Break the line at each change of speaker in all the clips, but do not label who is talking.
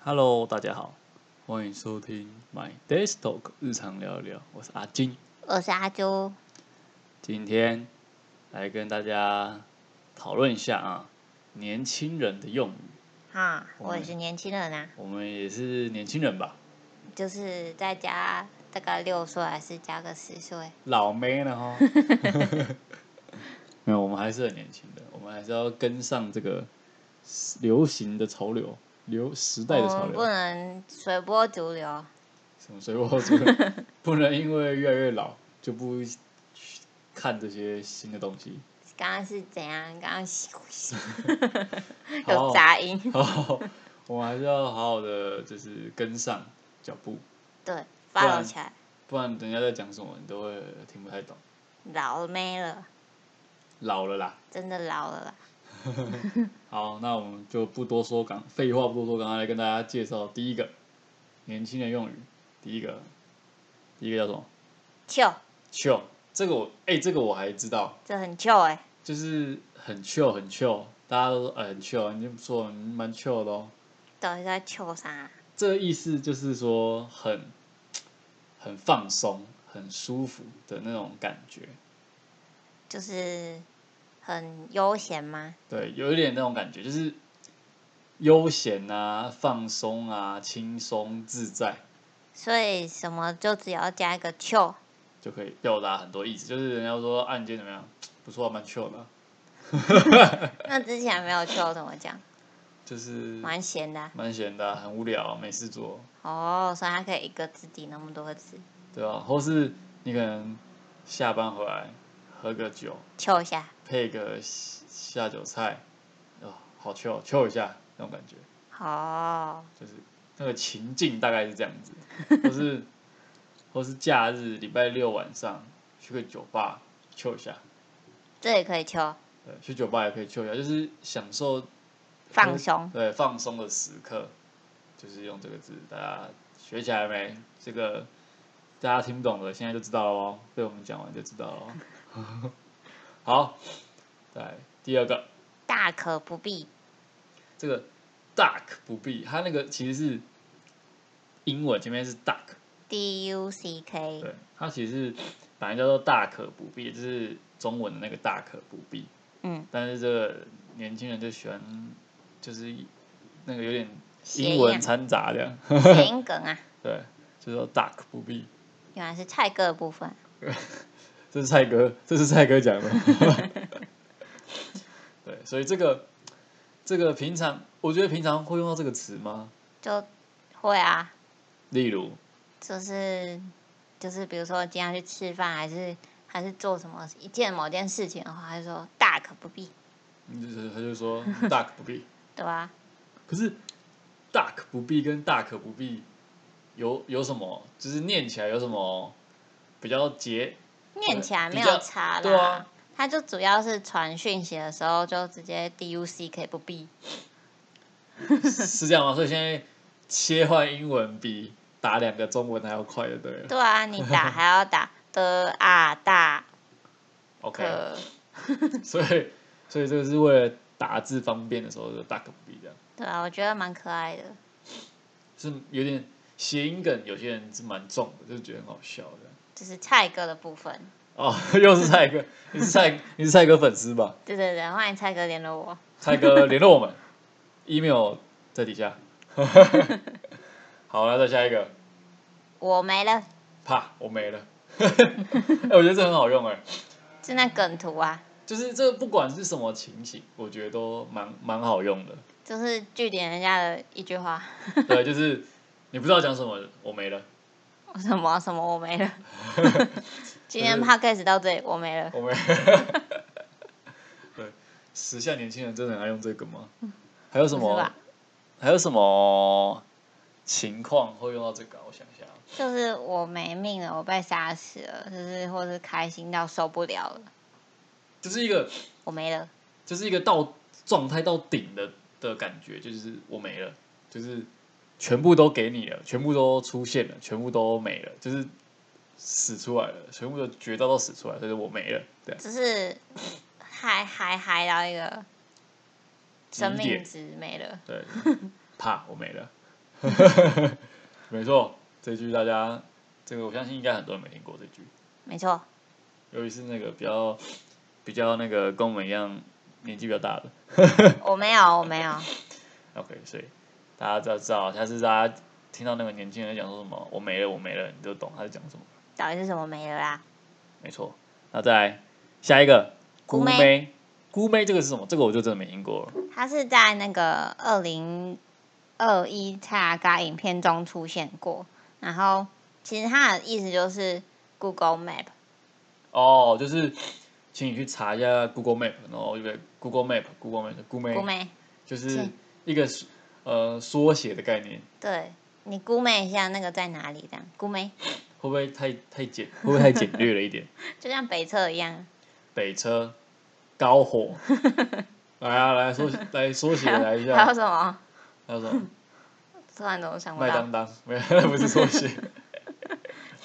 Hello，大家好，欢迎收听 My Desk Talk 日常聊一聊，我是阿金，
我是阿啾，
今天来跟大家讨论一下啊，年轻人的用语，
哈，
我
我也
们
是年轻人啊，
我们也是年轻人吧，
就是再加大概六岁，还是加个十岁，
老妹了 哈，没有，我们还是很年轻的，我们还是要跟上这个流行的潮流，流时代的
我
潮
哦们不
流，
能随波逐流。
什么水果族，不能因为越来越老就不去看这些新的东西。
刚刚是怎样？刚刚
好
有杂音。
哦好， 我们还是要好好的就是跟上脚步，
对
不然
，follow 起来，
不然人家在讲什么你都会听不太懂。
老妹了，
老了啦，
真的老了啦。
好，那我们就不多说，刚废话不多说，刚才来跟大家介绍第一个年轻人用语，第一个，第一个叫什么
翘，
？chill，这个我哎、这个我还知道，
这很翘哎、
就是很 chill 很 chill，大家都说哎、很 chill，你就不错，你蛮 chill 的哦。
到底在翘啥？
这意思就是说很很放松、很舒服的那种感觉，
就是很悠闲吗？
对，有一点那种感觉，就是悠闲啊、放松啊、轻松自在，
所以什么就只要加一个翘，
就可以表达很多意思。就是人家说按键怎么样，不错啊，蛮 chill 的啊，
那之前没有翘怎么讲？
就是
蛮闲的啊、
蛮闲的啊、很无聊啊、没事做，
哦，所以它可以一个字抵那么多个字，
对吧、或是你可能下班回来喝个酒，
翘一下，
配个下下酒菜，啊、好 chill chill 一下那种感觉。
哦，
就是那个情境大概是这样子，或是或是假日礼拜六晚上去个酒吧 chill 一下，
这也可以翘，
对，去酒吧也可以 chill 一下，就是享受
放松，
对放松的时刻，就是用这个字，大家学起来没？这个大家听不懂的，现在就知道了哦，被我们讲完就知道了哦。 好，再来第二个，
大可不必。
这个 duck 不必，它那个其实是英文前面是 duck。
D U C K，
对，它其实是本来叫做大可不必，就是中文的那个大可不必。
嗯，
但是这个年轻人就喜欢，就是那个有点
谐
英
音
文
啊
掺杂这样。
谐音梗啊，
对，就说大可不必。
原来是蔡哥的部分。
这是蔡哥，这是蔡哥讲的。 对，所以这个这个平常，我觉得平常会用到这个词吗？
就会啊，
例如，
就是就是比如说今天要去吃饭，还是还是做什么一件某件事情的话，他就说大可不必，
你就是他就说大可不必。
对吧？
可是大可不必跟大可不必有有什么？就是念起来有什么比较结？
念起来
比
没
较
有差
对啊
啦。他就主要是传讯息的时候就直接 D U C K 不必，
是这样吗？所以 现在切换英文比打两个中文还要快，就对了。
对啊，你打还要打的啊大
OK，
可，
所以所以这个是为了打字方便的时候就大可不必这样，
对啊，我觉得蛮可爱的。
是有点谐音梗，有些人是蛮重的，就觉得很好笑这样。
这是蔡哥的部分，
哦， 又是蔡哥，你是蔡你是蔡哥粉丝吧？
对对对，欢迎蔡哥联络我。
蔡哥联络我们 ，email 在底 下。好，那再下一个，
我没了，
啪，我没了。 哎、我觉得这很好用哎、
是那梗图啊，
就是这不管是什么情形，我觉得都蛮蛮好用的。
就是据点人家的一句话，
对，就是你不知道讲什么，我没了，
什么什么我没了。 今天 podcast 到这里，我没了。
我没了。 对，时下年轻人真的很爱用这个吗？还有什
嗯不是
么
吧？
还有什么情况会用到这个啊？我想一下啊，
就是我没命了，我被杀死了，就是或是开心到受不了了，
就是一个
我没了。
就是一个到状态到顶的的感觉，就是我没了，就是全部都给你了，全部都出现了，全部都没了，就是使出来了，全部的绝招都使出来了，就是我没了，这样
只是嗨嗨嗨到一个生
极
命
点
值没了，
对，啪，我没了， 没错，这句大家这个我相信应该很多人没听过这句，
没错，
尤其是那个比较比较那个跟我们一样年纪比较大的。
我没有，我没有，
OK，所以大家知道知道，下次大家听到那个年轻人在讲说什么“我没了，我没了”，你就懂他在讲什么。
到底是什么没了啦？
没错，那再来下一个
姑
姑
妹
妹，姑妹这个是什么？这个我就真的没听过了。
它是在那个二零二一叉嘎影片中出现过，然后其实它的意思就是 Google Map，
哦，就是请你去查一下 Google Map，然后一个 Google Map，Google Map，姑妹
姑妹，
就是
是
一个缩呃缩写的概念，
对你估妹一下那个在哪里这样，估妹
会不会太太简，会不会太简略了一点？
就像北侧一样，
北车、高火，来啊，来缩来缩写来一
还
下，
有什么？
还有什么？
突然怎么想不
麦
到？
当当， 没有，不是缩写，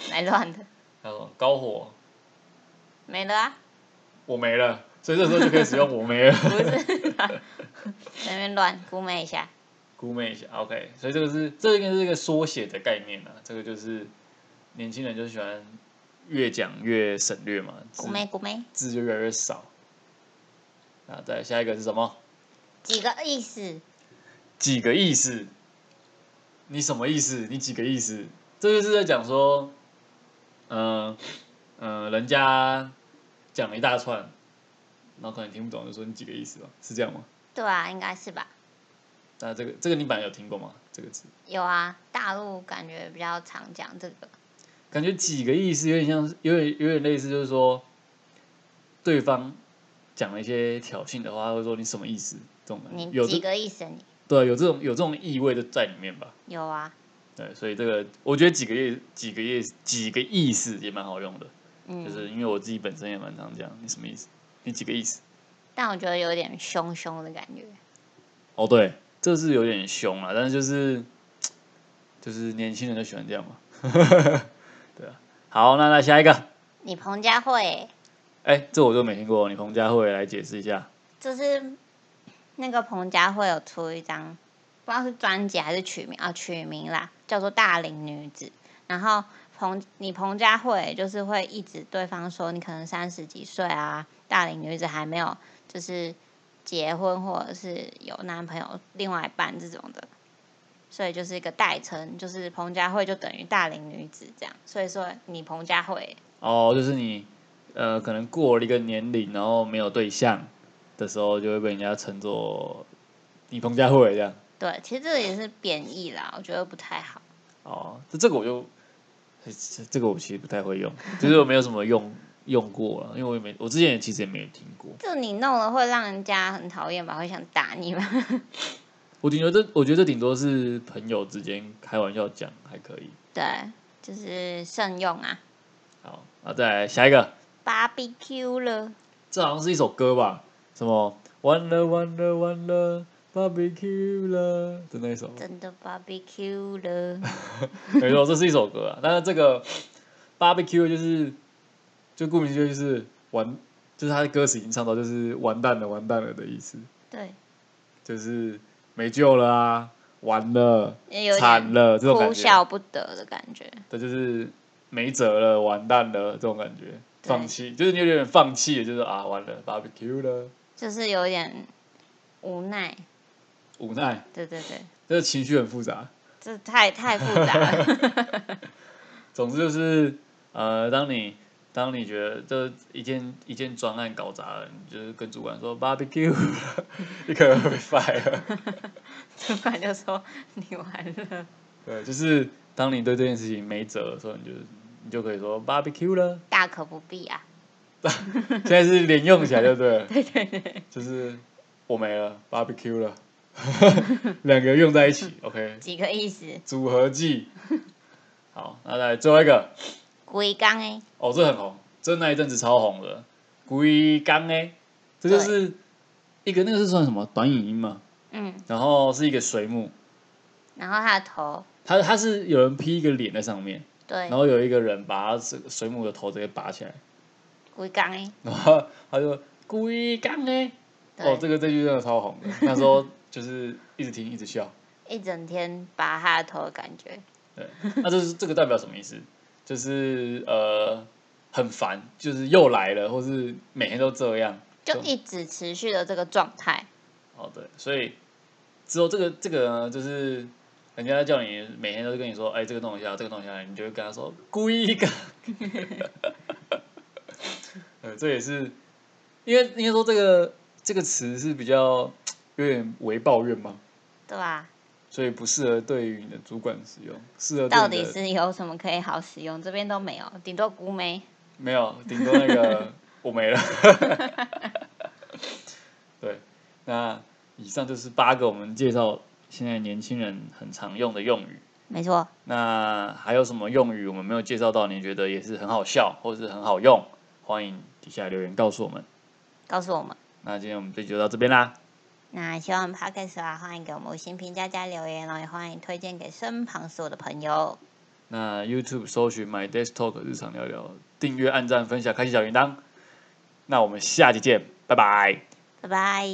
来乱的，
还有什么？高火，
没了啊，
我没了，所以这时候就可以使用我没了。
不是啊，随便乱估妹一下，
估妹一下，OK，所以这个是这应该是一个缩写的概念啊，这个就是年轻人就喜欢越讲越省略嘛，
估
字
妹估妹，
字就越来越少。那再下一个是什么？
几个意思？
几个意思？你什么意思？你几个意思？这就是在讲说，嗯、嗯、人家讲了一大串，然后可能听不懂，就说你几个意思吧，是这样吗？
对啊，应该是吧？
那这个这个你本来有听过吗？这个词？
有啊，大陆感觉比较常讲这个，
感觉几个意思有点像是，有点有点类似，就是说，对方讲了一些挑衅的话，他会说你什么意思？这种感觉
你
有
几
这
个意思你？
对啊有这种有这种意味的在里面吧？
有啊，
对，所以这个我觉得几个意几个意几个意思也蛮好用的，
嗯，
就是因为我自己本身也蛮常讲你什么意思？你几个意思？
但我觉得有点凶凶的感觉。
哦，对，这是有点凶啊，但是就是就是年轻人就喜欢这样嘛， 对啊。好，那来下一个，
你彭佳慧
哎，这我就没听过，你彭佳慧来解释一下。
就是那个彭佳慧有出一张，不知道是专辑还是曲名啊，曲名啦，叫做《大龄女子》。然后彭你彭佳慧就是会一直对方说你可能三十几岁啊，大龄女子还没有就是结婚或者是有男朋友另外一半这种的，所以就是一个代称，就是彭佳慧就等于大龄女子这样。所以说你彭佳慧
哦，就是你呃，可能过了一个年龄，然后没有对象的时候，就会被人家称作你彭佳慧这样。
对，其实这个也是贬义啦，我觉得不太好。
哦，这这个我就这这个我其实不太会用，就是我没有什么用用过了，因为我也没我之前也其实也没有听过。
就你弄了会让人家很讨厌吧，会想打你吧？
我顶多这我觉得这顶多是朋友之间开玩笑讲还可以。
对，就是慎用啊。
好，那再来下一个，
BBQ 了，
这好像是一首歌吧？什么完了完了完了 barbecue 了的那一首。
真的 BBQ 了，
没错，这是一首歌啊。但是这个 barbecue 就是，就顾名思义就是完，就是它的歌词已经唱到就是完蛋了，完蛋了的意思，
对，
就是没救了啊，完了，
也有
惨
点
了这种感
哭
觉，
笑不得的感觉。
对，就是没辙了，完蛋了这种感觉，
对
放弃，就是你有点放弃了，就是啊，完了，barbecue 了，
就是有点无奈。
无奈，
对对对，
这个情绪很复杂。
这太太复杂了。
总之就是，呃，当你当你觉得这一件一件专案搞砸了，你就是跟主管说 barbecue，了 你可能会被 fire。
主管就说你完了，
对，就是当你对这件事情没辙的时候，你就你就可以说 barbecue 了。
大可不必啊。
现在是连用起来就对了，
对对对，
就是我没了 barbecue 了， 两个用在一起，OK，
几个意思？
组合技。好，那来最后一个，
龟缸哎，
哦，这很红，这那一阵子超红的。龟缸哎，这就是一个那个是算什么短影音嘛，
嗯，
然后是一个水母，
然后他的头，
它它是有人 P 一个脸在上面，
对
然，后有一个人把它这个水母的头直接拔起来，
龟缸哎，
然后他就龟缸哎，哦，这
对，
个这句真的超红的，那时候就是一直听一直笑，
一整天拔他的头的感觉。
对，那这是这个代表什么意思？就是呃很烦，就是又来了，或是每天都这样。
就一直持续的这个状态，
哦，对，所以之后这个这个呢就是人家叫你每天都跟你说，哎，这个弄一下，这个弄一下，你就会跟他说故意一个。呃，这也是因为应该说这个这个词是比较有点为抱怨嘛，
对吧、
所以不适合对于你的主管使用，适合对
到
你
底
的
是有什么可以好使用？这边都没有，顶多估妹。
没有，顶多那 个我没了。 对，那以上就是八个我们介绍现在年轻人很常用的用语。
没错，
那还有什么用语我们没有介绍到？你觉得也是很好笑，或是很好用？欢迎底下留言告诉我们。
告诉我们。
那今天我们这集就到这边啦，
那希望 podcast 啊，欢迎给我们五星评价加留言哦，也欢迎推荐给身旁所有的朋友。
那 YouTube 搜寻 My Desk Talk 日常聊聊，订阅、按赞、分享、开启小铃铛。那我们下期见，拜拜。
拜拜。